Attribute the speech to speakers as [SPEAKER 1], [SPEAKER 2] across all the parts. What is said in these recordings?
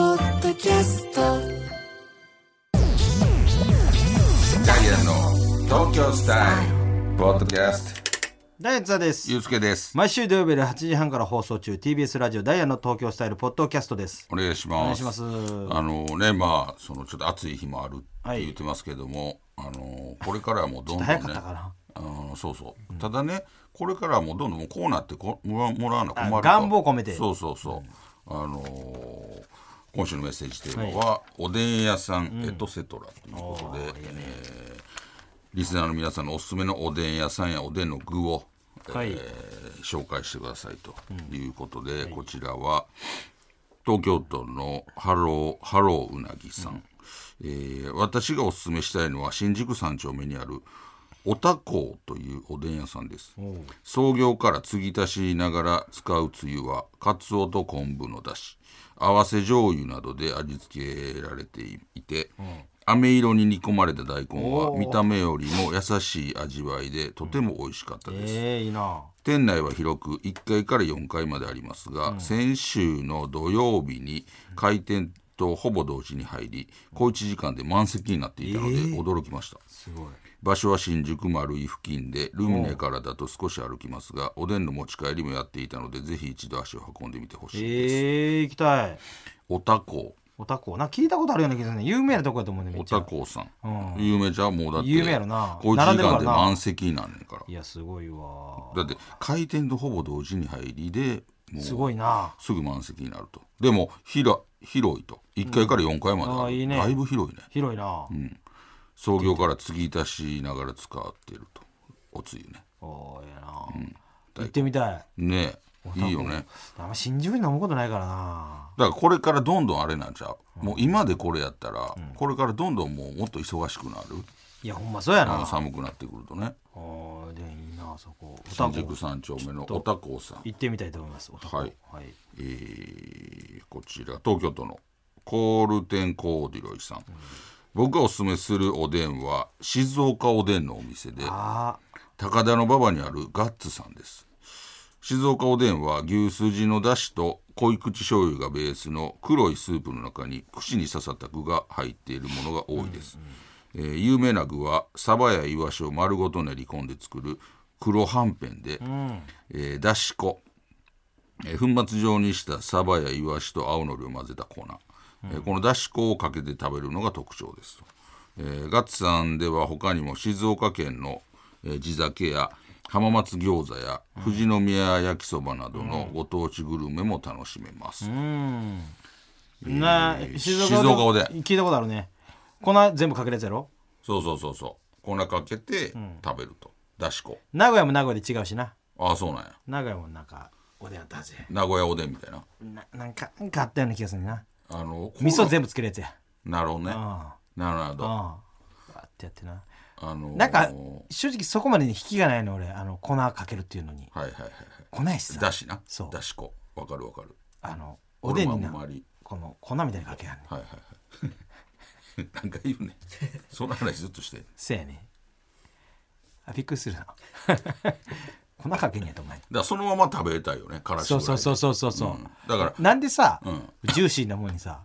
[SPEAKER 1] キャスト
[SPEAKER 2] ダイアンの東京スタイルポッドキャスト
[SPEAKER 3] ダイアンツアです
[SPEAKER 2] ゆうすけです
[SPEAKER 3] 毎週土曜日夜8時半から放送中 TBS ラジオダイアンの東京スタイルポッドキャストです
[SPEAKER 2] お願いし
[SPEAKER 3] お願
[SPEAKER 2] ま
[SPEAKER 3] い
[SPEAKER 2] す
[SPEAKER 3] しま
[SPEAKER 2] あ
[SPEAKER 3] す
[SPEAKER 2] のねまあそのちょっと暑い日もあるっ
[SPEAKER 3] は
[SPEAKER 2] て
[SPEAKER 3] い
[SPEAKER 2] 言ってますけども、あのこれからはもうどんどんね
[SPEAKER 3] 早かったかな
[SPEAKER 2] あのそうそう、ただねこれからはもうどんどんこうなってこもらもらわな困ると
[SPEAKER 3] あ願望込めて
[SPEAKER 2] そうそうそう、あのー今週のメッセージテーマは、おでん屋さんエトセトラということで、えーリスナーの皆さんのおすすめのおでん屋さんやおでんの具を、
[SPEAKER 3] はい
[SPEAKER 2] えー紹介してくださいということで、こちらは東京都のハローハローうなぎさん、えー私がおすすめしたいのは新宿三丁目にあるおたこうというおでん屋さんです創業から継ぎ足しながら使うつゆはかつおと昆布のだし合わせ醤油などで味付けられていて、飴色に煮込まれた大根は見た目よりも優しい味わいでとても美味しかったです、
[SPEAKER 3] ええいいな
[SPEAKER 2] 店内は広く1階から4階までありますが、先週の土曜日に開店とほぼ同時に入り小1時間で満席になっていたので驚きました、
[SPEAKER 3] すごい
[SPEAKER 2] 場所は新宿丸井付近でルミネからだと少し歩きますがおでんの持ち帰りもやっていたのでぜひ一度足を運んでみてほしいです、
[SPEAKER 3] ええ行きたい
[SPEAKER 2] おたこ
[SPEAKER 3] おたこな聞いたことあるような気がするね有名なとこやと思うねめ
[SPEAKER 2] お
[SPEAKER 3] っちゃ
[SPEAKER 2] たこさん、
[SPEAKER 3] う
[SPEAKER 2] 有名じゃんもうだって
[SPEAKER 3] 有名やろな
[SPEAKER 2] 小1時
[SPEAKER 3] 並
[SPEAKER 2] 間
[SPEAKER 3] ん
[SPEAKER 2] で
[SPEAKER 3] でるからな
[SPEAKER 2] 満席になんねんから
[SPEAKER 3] いやすごいわ
[SPEAKER 2] だって開店とほぼ同時に入りでもう
[SPEAKER 3] すごいな
[SPEAKER 2] すぐ満席になるとでもひら広いと1階から4階まで
[SPEAKER 3] うんあ
[SPEAKER 2] あ
[SPEAKER 3] あ
[SPEAKER 2] る、
[SPEAKER 3] いいね
[SPEAKER 2] だいぶ広いね
[SPEAKER 3] 広いな、
[SPEAKER 2] 創業から継ぎ足しながら使ってるとおつゆね
[SPEAKER 3] おーいいな、行ってみたい
[SPEAKER 2] ねえいいよね
[SPEAKER 3] あんま新宿に飲むことないからな
[SPEAKER 2] だからこれからどんどんあれなんちゃうもう今でこれやったら、これからどんどんもうもっと忙しくなる、
[SPEAKER 3] いやほんまそうや
[SPEAKER 2] あの
[SPEAKER 3] な
[SPEAKER 2] 寒くなってくるとね
[SPEAKER 3] おーでいいなそこおた
[SPEAKER 2] 新
[SPEAKER 3] こ
[SPEAKER 2] 宿三丁目のおたこうさん
[SPEAKER 3] 行ってみたいと思いますおたこ
[SPEAKER 2] はい
[SPEAKER 3] はい
[SPEAKER 2] えーこちら東京都のコールテンコーディロイさん、僕がおすすめするおでんは静岡おでんのお店で
[SPEAKER 3] あ
[SPEAKER 2] 高田の馬場にあるガッツさんです静岡おでんは牛すじのだしと濃い口醤油がベースの黒いスープの中に串に刺さった具が入っているものが多いです、えー有名な具はサバやイワシを丸ごと練り込んで作る黒はんぺんで、えーだし粉、えー粉末状にしたサバやイワシと青のりを混ぜた粉、えーこのだし粉をかけて食べるのが特徴ですと、えーガッツさんでは他にも静岡県の、えー地酒や浜松餃子や富士宮焼きそばなどのご当地グルメも楽しめます、
[SPEAKER 3] な静岡
[SPEAKER 2] 静岡おでん
[SPEAKER 3] 聞いたことあるね粉全部かけるやつやろ
[SPEAKER 2] そうそうそうそう粉かけて食べると、だし粉
[SPEAKER 3] 名古屋も名古屋で違うしな
[SPEAKER 2] ああそうなんや
[SPEAKER 3] 名古屋もなんかおでんあったはずや
[SPEAKER 2] 名古屋おでんみたいな
[SPEAKER 3] ななんかなんかあったような気がするねんな
[SPEAKER 2] あの
[SPEAKER 3] 味噌全部つけるやつや
[SPEAKER 2] なるほどね
[SPEAKER 3] あ
[SPEAKER 2] なるほ
[SPEAKER 3] あ
[SPEAKER 2] ど
[SPEAKER 3] ああってやってな
[SPEAKER 2] あのー
[SPEAKER 3] なんか正直そこまでに引きがないの俺あの粉かけるっていうのに
[SPEAKER 2] はいはいはいはい
[SPEAKER 3] 粉やしさ
[SPEAKER 2] だしな
[SPEAKER 3] そう
[SPEAKER 2] だし粉わかるわかる
[SPEAKER 3] あのおでんに
[SPEAKER 2] 俺
[SPEAKER 3] な
[SPEAKER 2] もあんまり
[SPEAKER 3] この粉みたいにかけやんねん
[SPEAKER 2] はいはいはい なんか言うねその話ずっとして
[SPEAKER 3] せやねあびっくりする な粉かけんやとお前
[SPEAKER 2] だからそのまま食べたいよねからしぐ
[SPEAKER 3] そ
[SPEAKER 2] ら
[SPEAKER 3] う
[SPEAKER 2] いで
[SPEAKER 3] そうそうそうそうそう、
[SPEAKER 2] んだから
[SPEAKER 3] なんでさ、
[SPEAKER 2] ん
[SPEAKER 3] ジューシーなもんにさ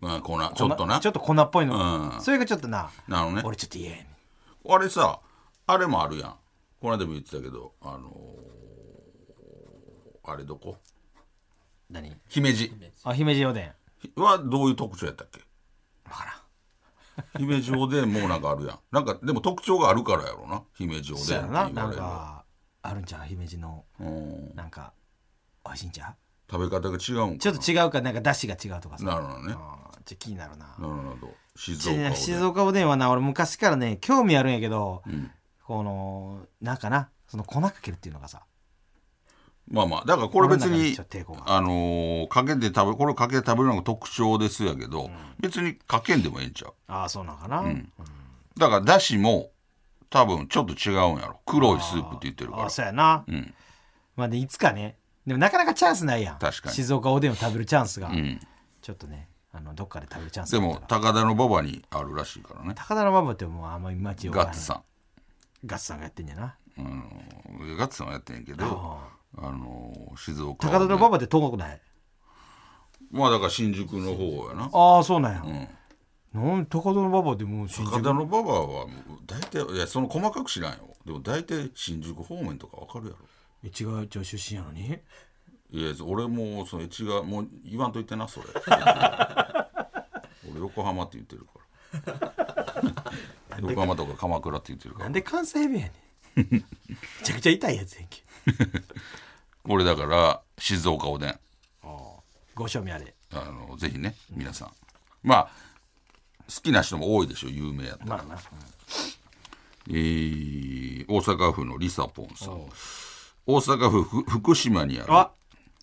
[SPEAKER 2] うん粉ちょっとな
[SPEAKER 3] ちょっと粉っぽいの、
[SPEAKER 2] うん
[SPEAKER 3] それがちょっとな
[SPEAKER 2] なのね
[SPEAKER 3] 俺ちょっと嫌やねん
[SPEAKER 2] あれさあれもあるやんこの間も言ってたけどあのーあれどこ
[SPEAKER 3] 何
[SPEAKER 2] 姫路
[SPEAKER 3] あ姫路おでん
[SPEAKER 2] はどういう特徴やったっけ
[SPEAKER 3] 分からん
[SPEAKER 2] 姫路おでんもなんかあるやんなんかでも特徴があるからやろな姫路おでんって
[SPEAKER 3] そ
[SPEAKER 2] 言
[SPEAKER 3] うや
[SPEAKER 2] われ
[SPEAKER 3] ろ
[SPEAKER 2] る
[SPEAKER 3] なな
[SPEAKER 2] の
[SPEAKER 3] んかあるんちゃう姫路の
[SPEAKER 2] うん
[SPEAKER 3] なんか美味しいんちゃう
[SPEAKER 2] 食べ方が違うん
[SPEAKER 3] ち
[SPEAKER 2] か
[SPEAKER 3] ょっと違うかなんかだしが違うとかさ
[SPEAKER 2] ななるほどね
[SPEAKER 3] あーちょっと気になるな
[SPEAKER 2] なるほど静
[SPEAKER 3] ち
[SPEAKER 2] 岡おで
[SPEAKER 3] なんみに静岡おでんはな俺昔からね興味あるんやけど、このなんかなその粉かけるっていうのがさ
[SPEAKER 2] まあまあだからこれ別
[SPEAKER 3] 俺の中で
[SPEAKER 2] に
[SPEAKER 3] ちょっと抵抗が
[SPEAKER 2] あのーかけて食べこれかけて食べるのが特徴ですやけど、別にかけんでもええんちゃう
[SPEAKER 3] ああそうなんかな、
[SPEAKER 2] だからだしも多分ちょっと違うんやろ黒いスープって言ってるか
[SPEAKER 3] あ
[SPEAKER 2] ら
[SPEAKER 3] あそうやな、
[SPEAKER 2] ん
[SPEAKER 3] まあでいつかねでもなかなかチャンスないやん
[SPEAKER 2] 確かに
[SPEAKER 3] 静岡おでんを食べるチャンスが、
[SPEAKER 2] ん
[SPEAKER 3] ちょっとねあのどっかで食べるチャンス
[SPEAKER 2] で
[SPEAKER 3] があっ
[SPEAKER 2] も
[SPEAKER 3] たら
[SPEAKER 2] 高田の馬場にあるらしいからね
[SPEAKER 3] 高田の馬場ってもうあんまり今ち
[SPEAKER 2] ガッツさ
[SPEAKER 3] んガッツさんがやってんやな、
[SPEAKER 2] ん、うん、ガッツさんはやってんやけどあのー静岡
[SPEAKER 3] 高田
[SPEAKER 2] 場
[SPEAKER 3] の馬場って遠くない
[SPEAKER 2] まあだから新宿の方やな
[SPEAKER 3] ああそうなんや、
[SPEAKER 2] ん
[SPEAKER 3] なん高田馬場でもう新
[SPEAKER 2] 高
[SPEAKER 3] 宿
[SPEAKER 2] 田の馬場はもう大体いやその細かく知らんよでも大体新宿方面とかわかるやろ
[SPEAKER 3] え違うちょ出身やのに
[SPEAKER 2] いや俺もうそのエチがもう言わんといてなそれ俺横浜って言ってるから横浜とか鎌倉って言ってるか
[SPEAKER 3] な
[SPEAKER 2] ら
[SPEAKER 3] んで関西弁やねんめちゃくちゃ痛いやつやんけ
[SPEAKER 2] これだから静岡おでん
[SPEAKER 3] ご賞味あれ
[SPEAKER 2] あのぜひね皆さんまあ好きな人も多いでしょ有名やったら
[SPEAKER 3] まあな、
[SPEAKER 2] えー大阪府のリサポンさん大阪府ふ福島にある
[SPEAKER 3] あ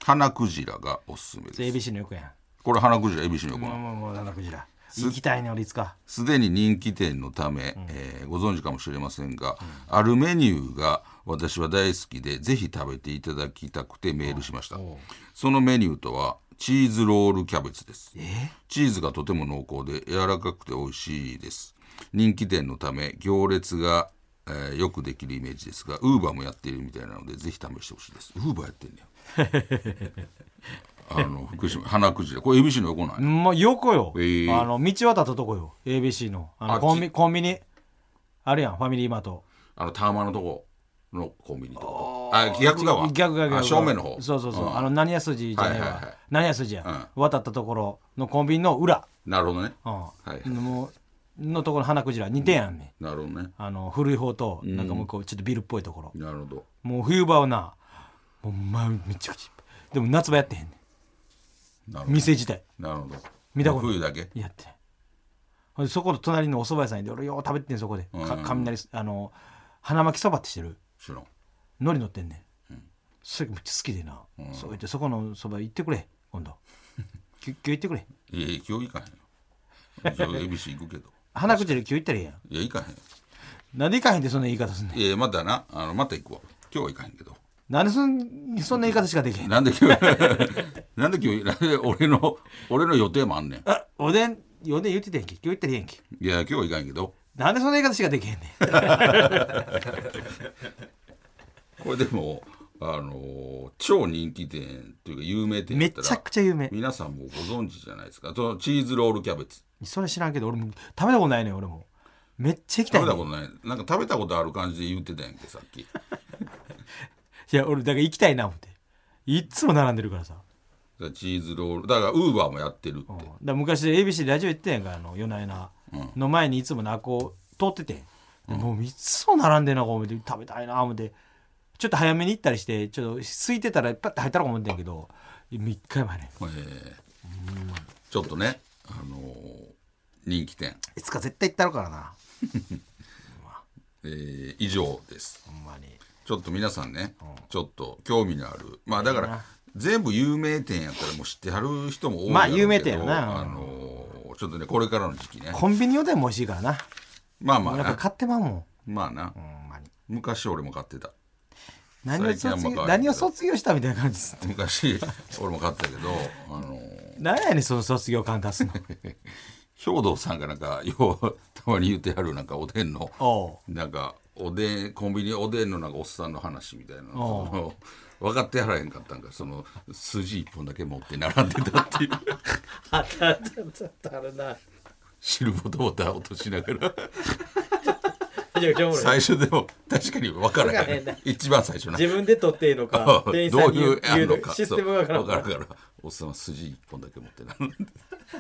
[SPEAKER 2] 花クジラがおすすめです
[SPEAKER 3] 税理士の横やん
[SPEAKER 2] これ花クジラエビシの横
[SPEAKER 3] もう
[SPEAKER 2] の
[SPEAKER 3] もうもう七クジラ行きたいね俺いつか
[SPEAKER 2] すでに人気店のため、えーご存知かもしれませんが、あるメニューが私は大好きでぜひ食べていただきたくてメールしました、そのメニューとはチーズロールキャベツですチーズがとても濃厚で柔らかくて美味しいです人気店のため行列が、えーよくできるイメージですがウーバーもやっているみたいなのでぜひ試してほしいですウーバーやってんねや あの福島花くじらこれ ABC の横なんや
[SPEAKER 3] まあ、横よ、
[SPEAKER 2] えー
[SPEAKER 3] あの道渡ったとこよ ABC のあ
[SPEAKER 2] あ
[SPEAKER 3] のコン
[SPEAKER 2] ち
[SPEAKER 3] ビコンビニあるやんファミリーマート
[SPEAKER 2] あのタワマンのとこのコンビニとかあ逆側
[SPEAKER 3] 逆が逆側
[SPEAKER 2] あ正面の方
[SPEAKER 3] そうそうそう、
[SPEAKER 2] ん
[SPEAKER 3] あの何屋筋じゃねえわ、
[SPEAKER 2] はいはいはい
[SPEAKER 3] 何屋筋や、渡ったところのコンビニの裏、
[SPEAKER 2] なるほどね
[SPEAKER 3] うん
[SPEAKER 2] いはい
[SPEAKER 3] もうのところ花クジラ2点やんね、
[SPEAKER 2] なるほどね
[SPEAKER 3] あの古い方となんかもう一個ちょっとビルっぽいところ、
[SPEAKER 2] なるほど
[SPEAKER 3] もう冬場はなもう前めちゃくちゃいっぱいでも夏場やってへんねん
[SPEAKER 2] なるほど
[SPEAKER 3] 店自体
[SPEAKER 2] なるほど
[SPEAKER 3] 見たことない
[SPEAKER 2] 冬だけ
[SPEAKER 3] やってないほんでそこの隣のお蕎麦屋さんで俺よう食べてんねんそこでか雷あの花巻そばってしてる
[SPEAKER 2] 知らん
[SPEAKER 3] 海苔乗ってんねん、それめっちゃ好きでな、そう言ってそこのそば行ってくれ 今度きゅ今日行ってくれ
[SPEAKER 2] いや今日行かへんよ今日 ABC 行くけど
[SPEAKER 3] 花口で今日行ったらいいやん
[SPEAKER 2] いや行かへんよ
[SPEAKER 3] なんで行かへんってそんな言い方すんねん
[SPEAKER 2] いやまたなあのまた行くわ今日は行かへんけど
[SPEAKER 3] なんでそんそんな言い方しかできへん
[SPEAKER 2] なんで今日 なんで今日なんで俺の俺の予定もあんねん
[SPEAKER 3] あおでんおでん言ってたやんけ今日行ったらいいやんけ
[SPEAKER 2] いや今日は行かへんけど
[SPEAKER 3] なんでそんな言い方しかできへんねん
[SPEAKER 2] これでもあのー超人気店というか有名店や
[SPEAKER 3] め
[SPEAKER 2] ったら
[SPEAKER 3] ちゃくちゃ有名
[SPEAKER 2] 皆さんもご存知じゃないですかそのチーズロールキャベ ツ
[SPEAKER 3] それ知らんけど俺も食べたことないねん俺もめっちゃ行きたい
[SPEAKER 2] 食べ
[SPEAKER 3] ね
[SPEAKER 2] た
[SPEAKER 3] ん
[SPEAKER 2] ことないなんか食べたことある感じで言ってたやんけさっき
[SPEAKER 3] いや俺だから行きたいな思っていっつも並んでるからさ
[SPEAKER 2] チーズロールだからウーバーもやってるって
[SPEAKER 3] だから昔 ABC でラジオ行ってたやんかあの夜な夜なの前にいつもなこう通ってて、でもういつも並んでんなこう思って食べたいな思ってちょっと早めに行ったりしてちょっと空いてたらパッて入ったら思ってんやけど3日前ね
[SPEAKER 2] えーちょっとねあのー人気店、
[SPEAKER 3] いつか絶対行ったろからな
[SPEAKER 2] えー以上です
[SPEAKER 3] ほんまに
[SPEAKER 2] ちょっと皆さんねちょっと興味のあるまあだから全部有名店やったらもう知ってはる人も多い
[SPEAKER 3] まあ
[SPEAKER 2] やろうけど
[SPEAKER 3] 有名店やな
[SPEAKER 2] あのーちょっとねこれからの時期ね
[SPEAKER 3] コンビニおでんも美味しいからな
[SPEAKER 2] まあまあ
[SPEAKER 3] 俺やっぱ
[SPEAKER 2] な
[SPEAKER 3] 買ってまうもん
[SPEAKER 2] まあな
[SPEAKER 3] ほんまに
[SPEAKER 2] 昔俺も買ってた
[SPEAKER 3] 何を
[SPEAKER 2] 最近あんま変
[SPEAKER 3] 卒
[SPEAKER 2] わらんけど
[SPEAKER 3] 業何を卒業したみたいな感じです
[SPEAKER 2] 昔俺も買ってたけどあのー
[SPEAKER 3] 何やねんその卒業感出 すの
[SPEAKER 2] 兵藤さんがなんかようたまに言ってはるなんかおでんの
[SPEAKER 3] お
[SPEAKER 2] なんかおでんコンビニおでんのなんかおっさんの話みたいなその分かってやらへんかったんかその筋一本だけ持って並んでた っていう
[SPEAKER 3] あたあたあたあるな
[SPEAKER 2] 汁ボタボタ落としながら
[SPEAKER 3] めちゃくちゃおもろい
[SPEAKER 2] 最初でも確かに分から
[SPEAKER 3] 分から
[SPEAKER 2] へ
[SPEAKER 3] へ
[SPEAKER 2] ん
[SPEAKER 3] んな
[SPEAKER 2] 一番最初など
[SPEAKER 3] 自分で取っていい のか
[SPEAKER 2] う
[SPEAKER 3] 店員さんに
[SPEAKER 2] いうや
[SPEAKER 3] 言
[SPEAKER 2] ん
[SPEAKER 3] う
[SPEAKER 2] の
[SPEAKER 3] の
[SPEAKER 2] か
[SPEAKER 3] かシステムが分からん
[SPEAKER 2] そう分からんからおっさんは筋一本だけ持って並んで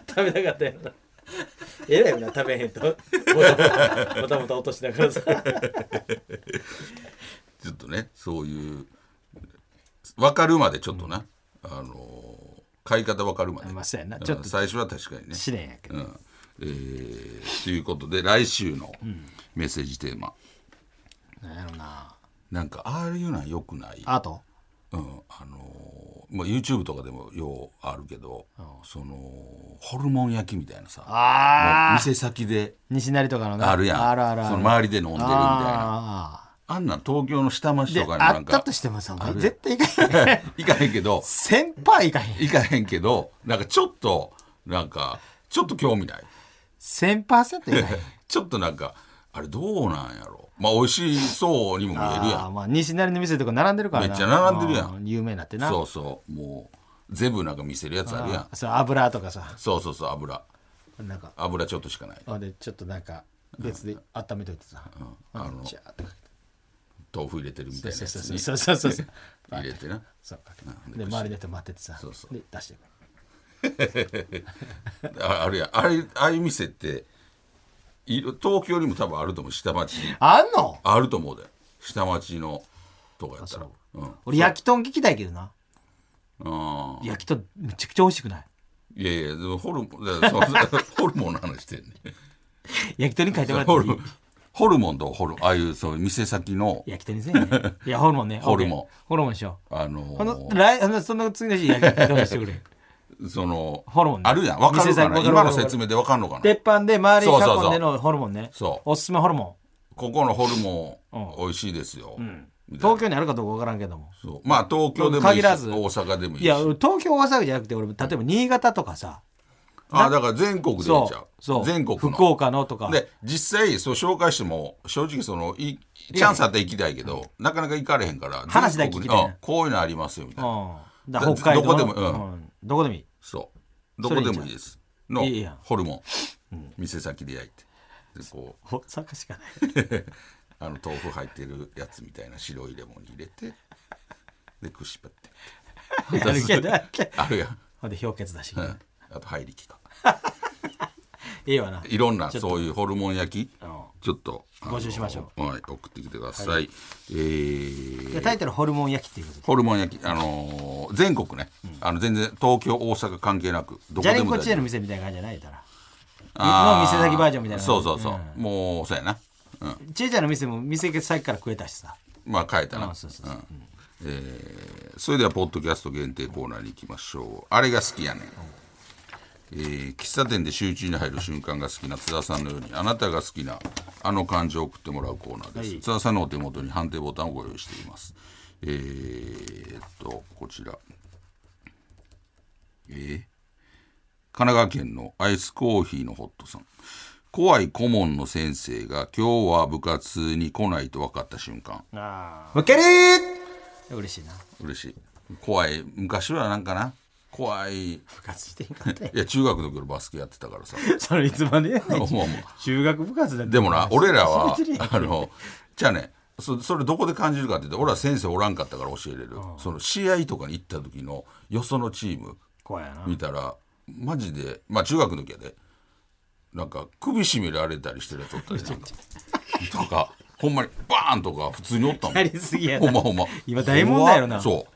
[SPEAKER 3] 食べたかったやろな えらいよな食べへんとボタボタボタボタ落としながらさ
[SPEAKER 2] ちょっとねそういう分かるまでちょっとな、あのー買い方分かるまで、
[SPEAKER 3] まあそうやな
[SPEAKER 2] うん
[SPEAKER 3] ちょっと
[SPEAKER 2] 最初は確かにね
[SPEAKER 3] 試練やけ
[SPEAKER 2] う
[SPEAKER 3] ど
[SPEAKER 2] んえーということで来週のメッセージテーマ、
[SPEAKER 3] なんやろな
[SPEAKER 2] なんかああいうのはよくない、
[SPEAKER 3] あと
[SPEAKER 2] うんあのーまあ、YouTube とかでもようあるけど、そのホルモン焼きみたいなさもう
[SPEAKER 3] あ
[SPEAKER 2] 店先で
[SPEAKER 3] 西成とかのな
[SPEAKER 2] あるやん
[SPEAKER 3] あるあるある
[SPEAKER 2] その周りで飲んでるみたいなあ
[SPEAKER 3] あ
[SPEAKER 2] んなん東京の下町
[SPEAKER 3] ー
[SPEAKER 2] と
[SPEAKER 3] で
[SPEAKER 2] かに
[SPEAKER 3] あ
[SPEAKER 2] な
[SPEAKER 3] っ
[SPEAKER 2] ん
[SPEAKER 3] た
[SPEAKER 2] か
[SPEAKER 3] としてもさお前絶対行かへん
[SPEAKER 2] 行かへんけど
[SPEAKER 3] 先輩行か へん
[SPEAKER 2] 行かへんけどなんかちょっとなんかちょっと興味ない
[SPEAKER 3] 1000%行かへん
[SPEAKER 2] ちょっとなんかあれどうなんやろまあ美味しそうにも見えるやん
[SPEAKER 3] あーまあ西成の店とか並んでるからな
[SPEAKER 2] めっちゃ並んでるやん
[SPEAKER 3] あー有名になってな
[SPEAKER 2] そうそうもうゼブなんか見せるやつあるやん
[SPEAKER 3] そう油とかさ
[SPEAKER 2] そうそうそう油
[SPEAKER 3] なんか
[SPEAKER 2] 油ちょっとしかない
[SPEAKER 3] あでちょっとなんか別で温めといてさ、
[SPEAKER 2] あの
[SPEAKER 3] ジャーってか
[SPEAKER 2] 豆腐入れてるみた
[SPEAKER 3] け
[SPEAKER 2] い
[SPEAKER 3] て
[SPEAKER 2] なやつ
[SPEAKER 3] そう
[SPEAKER 2] に
[SPEAKER 3] そうそうそうそう
[SPEAKER 2] 入れてな
[SPEAKER 3] そうかで周りの人待っててさ
[SPEAKER 2] そうそう
[SPEAKER 3] で出してくる
[SPEAKER 2] ああるやんあれああいう店っていろ東京にも多分あると思う下町
[SPEAKER 3] あんの
[SPEAKER 2] あると思うで下町のとかやったら
[SPEAKER 3] あ
[SPEAKER 2] う、ん、
[SPEAKER 3] 俺焼き豚聞きたいけどな
[SPEAKER 2] あー
[SPEAKER 3] 焼き豚めちゃくちゃ美味しくない
[SPEAKER 2] いやいやでもホルモンだからそう そうホルモンの話してんね
[SPEAKER 3] 焼き鳥に書いてもらって
[SPEAKER 2] ホ
[SPEAKER 3] い
[SPEAKER 2] ル
[SPEAKER 3] い
[SPEAKER 2] ホルモンとホルああいうそう店先の
[SPEAKER 3] 焼き鳥にせえね いやホルモンね
[SPEAKER 2] ホルモン
[SPEAKER 3] OK ホルモンにしよ
[SPEAKER 2] あの
[SPEAKER 3] うこの
[SPEAKER 2] ー
[SPEAKER 3] 来あのその次の日焼き鳥にし てくれ
[SPEAKER 2] その
[SPEAKER 3] ホルモンね
[SPEAKER 2] あるやんわかる
[SPEAKER 3] 店
[SPEAKER 2] かな
[SPEAKER 3] 先わかる
[SPEAKER 2] 今
[SPEAKER 3] わ
[SPEAKER 2] の
[SPEAKER 3] かる
[SPEAKER 2] 説明でわかんのかな
[SPEAKER 3] 鉄板で周り
[SPEAKER 2] そうそうそう
[SPEAKER 3] 囲んでのホルモンね
[SPEAKER 2] そう
[SPEAKER 3] おすすめホルモ
[SPEAKER 2] ここのホルモン美
[SPEAKER 3] うん
[SPEAKER 2] 味しいですよ、
[SPEAKER 3] ン、うん、
[SPEAKER 2] みたいな
[SPEAKER 3] 東京にあるかどうかわからんけども
[SPEAKER 2] そうまあ東京でもいいし
[SPEAKER 3] 限らず
[SPEAKER 2] 大阪でもいいし
[SPEAKER 3] いや東京大阪じゃなくて俺例えば新潟とかさ
[SPEAKER 2] あだから全国でいいん
[SPEAKER 3] そ
[SPEAKER 2] ちゃう
[SPEAKER 3] うそう
[SPEAKER 2] 全国
[SPEAKER 3] 福
[SPEAKER 2] の
[SPEAKER 3] 岡のとか
[SPEAKER 2] で実際そう紹介しても正直そのいチャンスあったら行きたいけどなかなか行かれへんから
[SPEAKER 3] 話だけ
[SPEAKER 2] 全
[SPEAKER 3] 聞き
[SPEAKER 2] 国
[SPEAKER 3] たい
[SPEAKER 2] に
[SPEAKER 3] ね
[SPEAKER 2] うんこういうのありますよみたいな
[SPEAKER 3] うん、だから北海道の
[SPEAKER 2] どこでもうん
[SPEAKER 3] んどこでもいい
[SPEAKER 2] そうどこでもいいですの
[SPEAKER 3] いいやん
[SPEAKER 2] ホルモン店先で焼いてでこう
[SPEAKER 3] 大阪しかない
[SPEAKER 2] あの豆腐入ってるやつみたいな白いレモンに入れてで串パって
[SPEAKER 3] やるけどやるけど
[SPEAKER 2] あるやん、
[SPEAKER 3] ほんで氷結だし、
[SPEAKER 2] うん、あと入りきか
[SPEAKER 3] いいわない
[SPEAKER 2] ろんなそういうホルモン焼きちょっとあの
[SPEAKER 3] 募集しましょ
[SPEAKER 2] はい、送ってきてください、えー
[SPEAKER 3] でタイトル「ホルモン焼き」っていうことで
[SPEAKER 2] ホルモン焼き、あのー全国ね、あの全然東京大阪関係なくど
[SPEAKER 3] じゃれん
[SPEAKER 2] も
[SPEAKER 3] こ
[SPEAKER 2] 大
[SPEAKER 3] っ
[SPEAKER 2] 丈夫
[SPEAKER 3] ちでの店みたいな感じじゃないだら
[SPEAKER 2] あ
[SPEAKER 3] の店先バージョンみたいな
[SPEAKER 2] そうそうそう、もうそうやな、うん、
[SPEAKER 3] ちえちゃんの店も店先から食えたしさ
[SPEAKER 2] まあ変えたな
[SPEAKER 3] あそうそうそう
[SPEAKER 2] うんえーそれではポッドキャスト限定コーナーに行きましょうあれが好きやねん、えー喫茶店で集中に入る瞬間が好きな津田さんのようにあなたが好きなあの漢字を送ってもらうコーナーです、津田さんのお手元に判定ボタンをご用意していますえー、っとこちらえー神奈川県のアイスコーヒーのホットさん怖い顧問の先生が今日は部活に来ないと分かった瞬間
[SPEAKER 3] あ
[SPEAKER 2] むけり
[SPEAKER 3] あ嬉しいな
[SPEAKER 2] 嬉しい怖い昔はなんかな怖いい
[SPEAKER 3] 部活していかったよ
[SPEAKER 2] や中学の頃バスケやってたからさ
[SPEAKER 3] それいつまでやね
[SPEAKER 2] もうんもう
[SPEAKER 3] 中学部活だって
[SPEAKER 2] でもな俺らは
[SPEAKER 3] 忘れてるやん
[SPEAKER 2] あのじゃあねそそれどこで感じるかって言って俺は先生おらんかったから教えれるその試合とかに行った時のよそのチーム
[SPEAKER 3] 怖いな
[SPEAKER 2] 見たらマジでまあ中学の時やでなんか首絞められたりしてるやつおったりなんかとかほんまにバーンとか普通におったもん
[SPEAKER 3] やりすぎや
[SPEAKER 2] ほ
[SPEAKER 3] なん
[SPEAKER 2] まほんま
[SPEAKER 3] 今大問題やろな
[SPEAKER 2] そう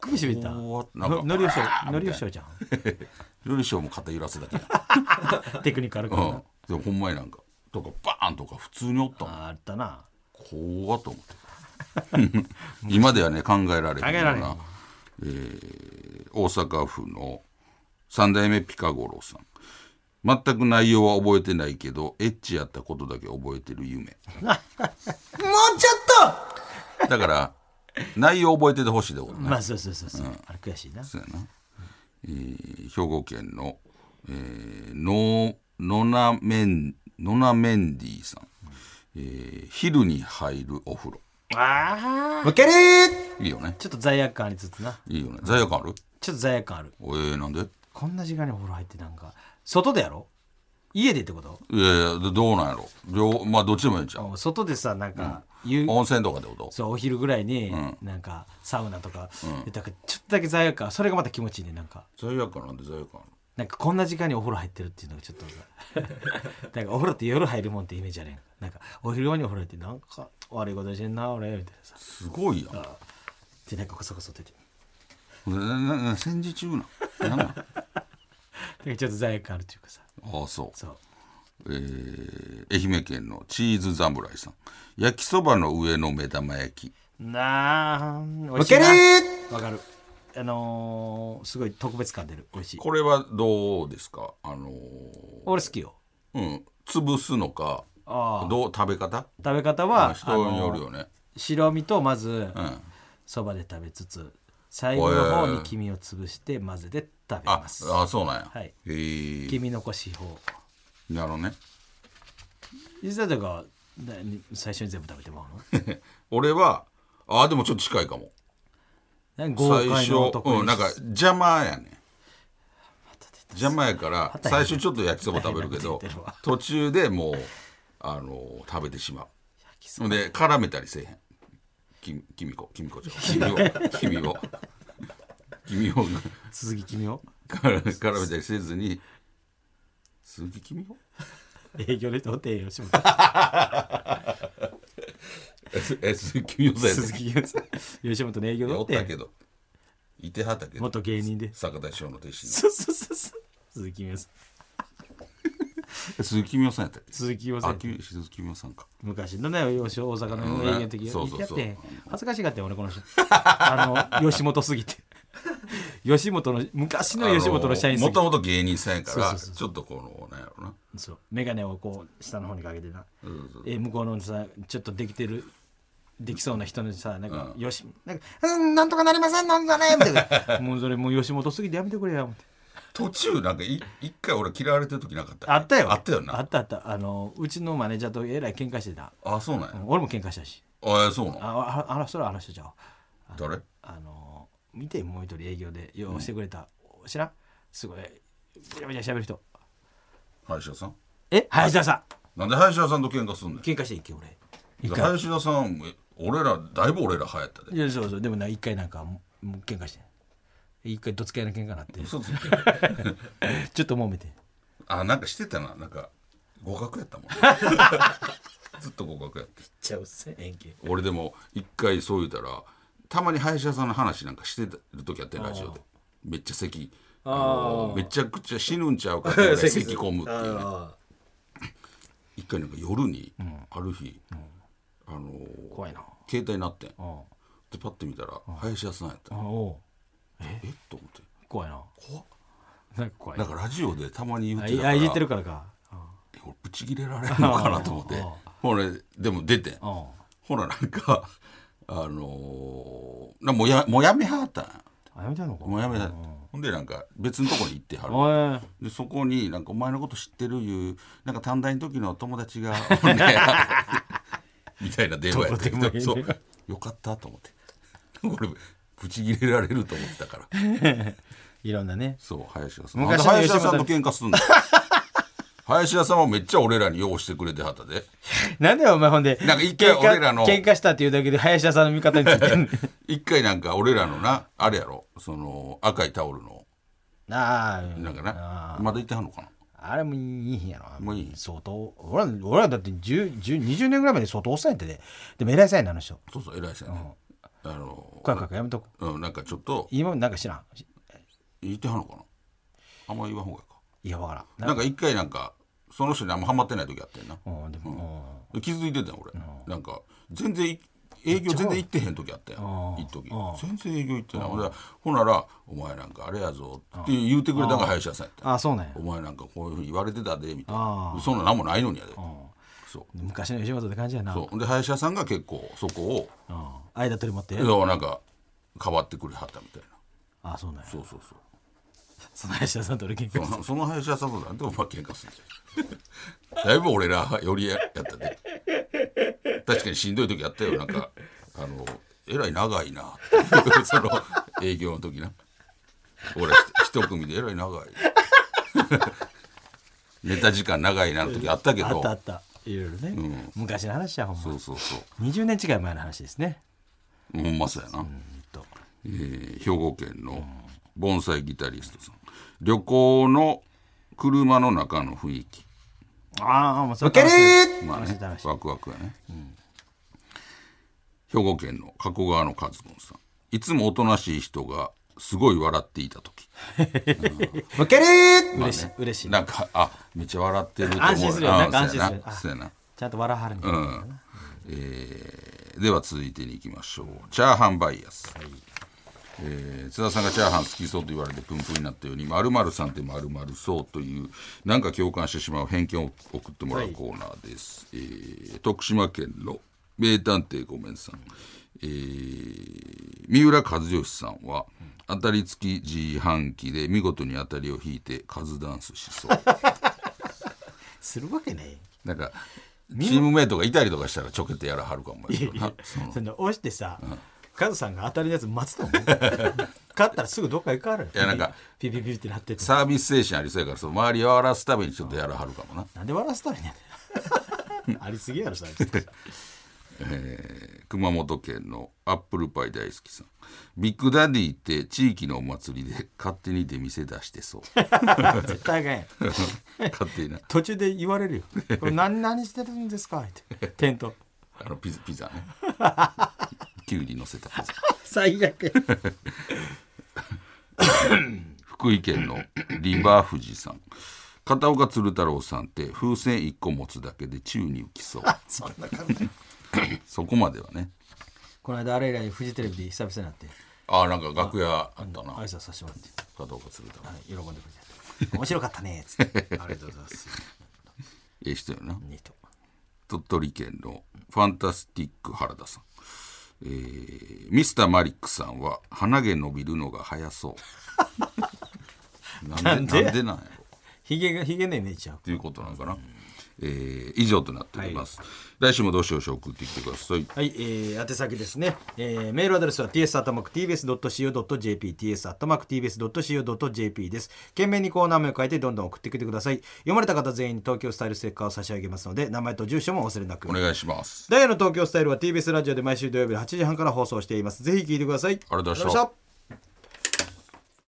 [SPEAKER 3] 首絞めた
[SPEAKER 2] 終わっ
[SPEAKER 3] の
[SPEAKER 2] なんか
[SPEAKER 3] のりおしょ
[SPEAKER 2] バーン
[SPEAKER 3] うのりおしょうじゃん
[SPEAKER 2] 料理賞も肩揺らすだけや
[SPEAKER 3] テクニックあるからな
[SPEAKER 2] うん、でもほんまになんかとかバーンとか普通におったもん
[SPEAKER 3] ああったな
[SPEAKER 2] 怖っと思って 今ではね考えられへんような
[SPEAKER 3] 考えられへん
[SPEAKER 2] えー大阪府の三代目ピカゴロさん全く内容は覚えてないけどエッチやったことだけ覚えてる 夢
[SPEAKER 3] もうちょっと
[SPEAKER 2] だから内容覚えててほしいでことね
[SPEAKER 3] まあそうそうそうそうあれ悔しいな
[SPEAKER 2] そうやな、えー兵庫県の、えー、ののなめんのなメンディーさん、えー昼に入るお風呂
[SPEAKER 3] ああける
[SPEAKER 2] いいよね
[SPEAKER 3] ちょっと罪悪感ありつつな
[SPEAKER 2] いいよね罪悪感ある
[SPEAKER 3] ちょっと罪悪感ある
[SPEAKER 2] えー、なんで
[SPEAKER 3] こんな時間にお風呂入ってなんか外でやろ家でってこと
[SPEAKER 2] いやいやどどうなんやろ両まあどっちでもいいんちゃう
[SPEAKER 3] 外でさなんか、ゆ
[SPEAKER 2] 温泉とかってこと
[SPEAKER 3] そうお昼ぐらいに、
[SPEAKER 2] ん
[SPEAKER 3] なんかサウナとか,、だからちょっとだけ罪悪感それがまた気持ちいいねなんか
[SPEAKER 2] 罪悪感なんで罪悪感ある
[SPEAKER 3] なんかこんな時間にお風呂入ってるっていうのがちょっとさ なんかお風呂って夜入るもんってイメージあるやんなんかお昼間にお風呂入ってなんか悪いことしてんな俺みたいなさ
[SPEAKER 2] すごいやん
[SPEAKER 3] でなんかこそこそ出て
[SPEAKER 2] ななな戦時中なんなんなん
[SPEAKER 3] なんかちょっと罪悪感あるっていうかさ
[SPEAKER 2] ああそう
[SPEAKER 3] そう
[SPEAKER 2] えー愛媛県のチーズ侍さん焼きそばの上の目玉焼き
[SPEAKER 3] なあ美味しいなわかるあのー、すごい特別感出る美味しい
[SPEAKER 2] これはどうですかあの
[SPEAKER 3] 俺好きよ
[SPEAKER 2] ーうん潰すのか
[SPEAKER 3] ああ
[SPEAKER 2] どう食べ方
[SPEAKER 3] 食べ方は
[SPEAKER 2] 人によるよ
[SPEAKER 3] あの
[SPEAKER 2] ね、
[SPEAKER 3] 白身とまず
[SPEAKER 2] うん、
[SPEAKER 3] そば、で食べつつ最後の方に黄身を潰して混ぜて食べ
[SPEAKER 2] あ
[SPEAKER 3] ます、
[SPEAKER 2] あそうなんや、
[SPEAKER 3] はい
[SPEAKER 2] へえ
[SPEAKER 3] 黄身残し法
[SPEAKER 2] なるほどね
[SPEAKER 3] 実はだからな最初に全部食べてもらうの
[SPEAKER 2] 俺はあでもちょっと近いかも
[SPEAKER 3] 何豪
[SPEAKER 2] 最
[SPEAKER 3] 快
[SPEAKER 2] 初
[SPEAKER 3] の男
[SPEAKER 2] うんなんか邪魔やね邪魔やから
[SPEAKER 3] たや
[SPEAKER 2] 最初ちょっと焼きそば食べるけ
[SPEAKER 3] ま
[SPEAKER 2] ど
[SPEAKER 3] たやなこと
[SPEAKER 2] 途
[SPEAKER 3] 言ってるわ
[SPEAKER 2] 中でもうあの食べてしま
[SPEAKER 3] き
[SPEAKER 2] うで絡めたりせえへんききみこきみこちゃん君 を君を君を
[SPEAKER 3] 鈴木君を
[SPEAKER 2] 絡めたりせずに鈴木君を
[SPEAKER 3] 営業の人おって営業しても
[SPEAKER 2] え鈴木君をだよ
[SPEAKER 3] 鈴
[SPEAKER 2] ね
[SPEAKER 3] 木清さん吉本の営業
[SPEAKER 2] いや
[SPEAKER 3] の
[SPEAKER 2] お
[SPEAKER 3] おっ
[SPEAKER 2] った
[SPEAKER 3] て
[SPEAKER 2] けどいてはったけど
[SPEAKER 3] 元芸人で
[SPEAKER 2] 坂田師匠の弟子
[SPEAKER 3] そうそうそうそう鈴木清さん
[SPEAKER 2] の鈴木君をさんやったっけ
[SPEAKER 3] 鈴木清さ
[SPEAKER 2] あ
[SPEAKER 3] ん
[SPEAKER 2] 君鈴木君をさんか
[SPEAKER 3] 昔のね大阪の営業の時
[SPEAKER 2] うんそうそうそう
[SPEAKER 3] やって恥ずかしがって俺この人 あの吉本すぎて 吉本の昔の吉本の社員すぎ
[SPEAKER 2] も
[SPEAKER 3] て
[SPEAKER 2] ともと芸人さんやから
[SPEAKER 3] そうそうそう
[SPEAKER 2] ちょっとこのなんやろな
[SPEAKER 3] そう眼鏡をこう下の方にかけてな
[SPEAKER 2] そうそうそう
[SPEAKER 3] え向こうのさちょっとできてるできそうな人のさなんか、よしなんか、うん、なんとかなりませんなんだねみたいな もうそれもう吉本すぎてやめてくれよ思って
[SPEAKER 2] 途中なんかい一回俺嫌われてる時なかった
[SPEAKER 3] あったよ
[SPEAKER 2] あったよな
[SPEAKER 3] あったあったあのうちのマネージャーとえらい喧嘩してた
[SPEAKER 2] あそうなんや
[SPEAKER 3] 俺も喧嘩したし
[SPEAKER 2] あそうなん
[SPEAKER 3] あああらそれはあの人じゃう
[SPEAKER 2] 誰
[SPEAKER 3] あの見てもう一人営業で用意してくれた、知らんすごいめちゃめちゃしゃべる人
[SPEAKER 2] 林田さん
[SPEAKER 3] え林田さ
[SPEAKER 2] なんで林田さんと喧嘩すんね
[SPEAKER 3] ん喧嘩して一回俺
[SPEAKER 2] ん
[SPEAKER 3] 一回
[SPEAKER 2] 林田さんえ俺らだいぶ俺ら流行ったで
[SPEAKER 3] いやそうそうでもな一回なんかもうもう喧嘩して一回どつき合いの喧嘩になって
[SPEAKER 2] 嘘つけ
[SPEAKER 3] ちょっと揉めて
[SPEAKER 2] あなんかしてたななんか互角やったもんね ずっと互角やって
[SPEAKER 3] ちゃうっせ円形
[SPEAKER 2] 俺でも一回そう言うたらたまに林田さんの話なんかしてる時あってラジオでめっちゃ咳あのめちゃくちゃ死ぬんちゃうかってぐらい咳込むっていうね一回なんか夜にある日、あのー
[SPEAKER 3] 怖いな
[SPEAKER 2] 携帯鳴ってんで
[SPEAKER 3] うんあ
[SPEAKER 2] パッて見たら林家さんやった
[SPEAKER 3] お
[SPEAKER 2] えっと思って
[SPEAKER 3] う怖いな
[SPEAKER 2] 怖っ
[SPEAKER 3] なんか怖い
[SPEAKER 2] なんかラジオでたまに言っ
[SPEAKER 3] あ
[SPEAKER 2] て
[SPEAKER 3] い
[SPEAKER 2] たか
[SPEAKER 3] あ
[SPEAKER 2] ら
[SPEAKER 3] いじってるからか
[SPEAKER 2] え俺ブチ切れられるのかなと思ってほらでも出てん
[SPEAKER 3] うんうん
[SPEAKER 2] ほらなんかあのーなもうやもうやめはったんや
[SPEAKER 3] あやめたのか
[SPEAKER 2] もうやめたほんでなんか別のとこに行ってはる
[SPEAKER 3] おい
[SPEAKER 2] でそこになんかお前のこと知ってるいうなんか短大の時の友達がおんねや みたいな電話やったけ
[SPEAKER 3] どこで
[SPEAKER 2] ど
[SPEAKER 3] も
[SPEAKER 2] そ
[SPEAKER 3] いいう
[SPEAKER 2] よかったと思って俺ブチ切れられると思ってたから
[SPEAKER 3] いろんなね
[SPEAKER 2] そう林田さんなんで
[SPEAKER 3] 昔の
[SPEAKER 2] 林
[SPEAKER 3] 吉
[SPEAKER 2] 田
[SPEAKER 3] 本
[SPEAKER 2] さんと喧嘩すんの林田さんはめっちゃ俺らに用意してくれてはったで
[SPEAKER 3] なんでお前ほんで
[SPEAKER 2] なんか一回
[SPEAKER 3] 喧嘩
[SPEAKER 2] 俺らの
[SPEAKER 3] 喧嘩したっていうだけで林田さんの味方についてんねん
[SPEAKER 2] 一回なんか俺らのなあれやろその赤いタオルの
[SPEAKER 3] ああ
[SPEAKER 2] なんかな
[SPEAKER 3] あ
[SPEAKER 2] まだいてはんのかな
[SPEAKER 3] あれもいいんやろ
[SPEAKER 2] もういい
[SPEAKER 3] 相当俺ら俺らだって10 10 20年ぐらいまで相当おっさんやってででも偉いさんやなあの人
[SPEAKER 2] そうそう偉いさんやねあの
[SPEAKER 3] 声かけやめとこ
[SPEAKER 2] うんなんかちょっと
[SPEAKER 3] 今もなんか知らん
[SPEAKER 2] 言ってはんのかなあんま言わんほうがいいか
[SPEAKER 3] いやわからんな
[SPEAKER 2] なんか一回なんかその人にあんまハマってない時あってんな
[SPEAKER 3] うんでも
[SPEAKER 2] 気づいてたよ俺、なんか全然い営業全然行ってへん時あったよ一時全然営業行ってないほんならほんなら「お前なんかあれやぞ」って言うてくれたのが林家さんやった
[SPEAKER 3] ああそうなんや
[SPEAKER 2] お前なんかこういうふうに言われてたでみたい
[SPEAKER 3] あ
[SPEAKER 2] なそんな何もないのにやでそう
[SPEAKER 3] 昔の吉本って感じやな
[SPEAKER 2] そうほんで林家さんが結構そこを
[SPEAKER 3] うん間取り持って
[SPEAKER 2] 要はなんか変わってくれはったみたいな
[SPEAKER 3] ああそうなんや
[SPEAKER 2] そうそうそう
[SPEAKER 3] その林田さんと俺喧嘩
[SPEAKER 2] そのその林家さんとなんでお前喧嘩すんだよだいぶ俺らよりややったで確かにしんどい時やったよなんかあのえらい長いな っていうその営業の時な俺一組でえらい 長い寝た時間長いなの時あったけ
[SPEAKER 3] あ
[SPEAKER 2] ど
[SPEAKER 3] ったあったいろいろね
[SPEAKER 2] ん
[SPEAKER 3] 昔の話やほん
[SPEAKER 2] そ
[SPEAKER 3] ま
[SPEAKER 2] うそうそ
[SPEAKER 3] 20年近い前の話ですね
[SPEAKER 2] うほんまそうやな、
[SPEAKER 3] うんと
[SPEAKER 2] えー兵庫県の盆栽ギタリストさん旅行の車の中の雰囲気
[SPEAKER 3] ああもうそれ楽しい
[SPEAKER 2] まあ
[SPEAKER 3] 楽し
[SPEAKER 2] ね
[SPEAKER 3] い楽しい
[SPEAKER 2] ワクワクやね、兵庫県の加古川の和文さんいつもおとなしい人がすごい笑っていた時
[SPEAKER 3] ウケる嬉しい嬉しい
[SPEAKER 2] なんかあめっちゃ笑ってると思う
[SPEAKER 3] 安心するよ
[SPEAKER 2] あ
[SPEAKER 3] なんか安心す
[SPEAKER 2] そうや
[SPEAKER 3] る
[SPEAKER 2] な
[SPEAKER 3] あ
[SPEAKER 2] そうやな
[SPEAKER 3] ちゃんと笑はるみたいな
[SPEAKER 2] えーでは続いてに行きましょうチャーハンバイアス、えー津田さんがチャーハン好きそうと言われてプンプンになったように〇〇さんって〇〇そうというなんか共感してしまう偏見を送ってもらうコーナーです、えー徳島県の名探偵ごめんさん、えー三浦和義さんは当たり付き自販機で見事に当たりを引いてカズダンスしそう
[SPEAKER 3] するわけね
[SPEAKER 2] なんかチームメイトがいたりとかしたらちょけてやらはるかもやけど
[SPEAKER 3] え
[SPEAKER 2] なその
[SPEAKER 3] その押してさカズさんが当たりのやつ待つと思う勝ったらすぐどっか行くからい
[SPEAKER 2] やなんか
[SPEAKER 3] ピピピピってなってて
[SPEAKER 2] サービス精神ありそうやからその周りを笑わすためにちょっとやらはるかもな、
[SPEAKER 3] なんで笑わせたらいいんやねんありすぎやろさ
[SPEAKER 2] えー熊本県のアップルパイ大好きさんビッグダディって地域のお祭りで勝手に出店出してそう
[SPEAKER 3] 絶対あかんやん
[SPEAKER 2] 勝手にな
[SPEAKER 3] 途中で言われるよ「これ何何してるんですか?」ってテント
[SPEAKER 2] あのピザピザね キュウリ乗せたピザ
[SPEAKER 3] 最悪
[SPEAKER 2] 福井県のリバー富士さん片岡鶴太郎さんって風船1個持つだけで宙に浮きそう
[SPEAKER 3] そんな感じ
[SPEAKER 2] そこまではね
[SPEAKER 3] この間あれ以来フジテレビで久々になって
[SPEAKER 2] ああなんか楽屋あった
[SPEAKER 3] 挨
[SPEAKER 2] な
[SPEAKER 3] 拶させてもらって、
[SPEAKER 2] 片岡鶴太郎
[SPEAKER 3] はい、喜んでくれて面白かったねっつってありがとうございます
[SPEAKER 2] ええ人やな
[SPEAKER 3] ニート
[SPEAKER 2] 鳥取県のファンタスティック原田さん、えーミスターマリックさんは鼻毛伸びるのが早そう なんで
[SPEAKER 3] な
[SPEAKER 2] なんん
[SPEAKER 3] で
[SPEAKER 2] でなんやろ
[SPEAKER 3] ヒゲがヒゲねねえちゃう
[SPEAKER 2] ということなのかな、えー以上となっております、来週もどしどし送ってきてください
[SPEAKER 3] はい、えー、宛先ですね、えー、メールアドレスは ts.tbs.co.jp ts.tbs.co.jp です懸命にコーナー名を書いてどんどん送ってきてください読まれた方全員に東京スタイルステッカーを差し上げますので名前と住所もお忘れなく
[SPEAKER 2] お願いします
[SPEAKER 3] ダイヤの東京スタイルは TBS ラジオで毎週土曜日8時半から放送していますぜひ聞いてください
[SPEAKER 2] ありがとうございました
[SPEAKER 3] ありがと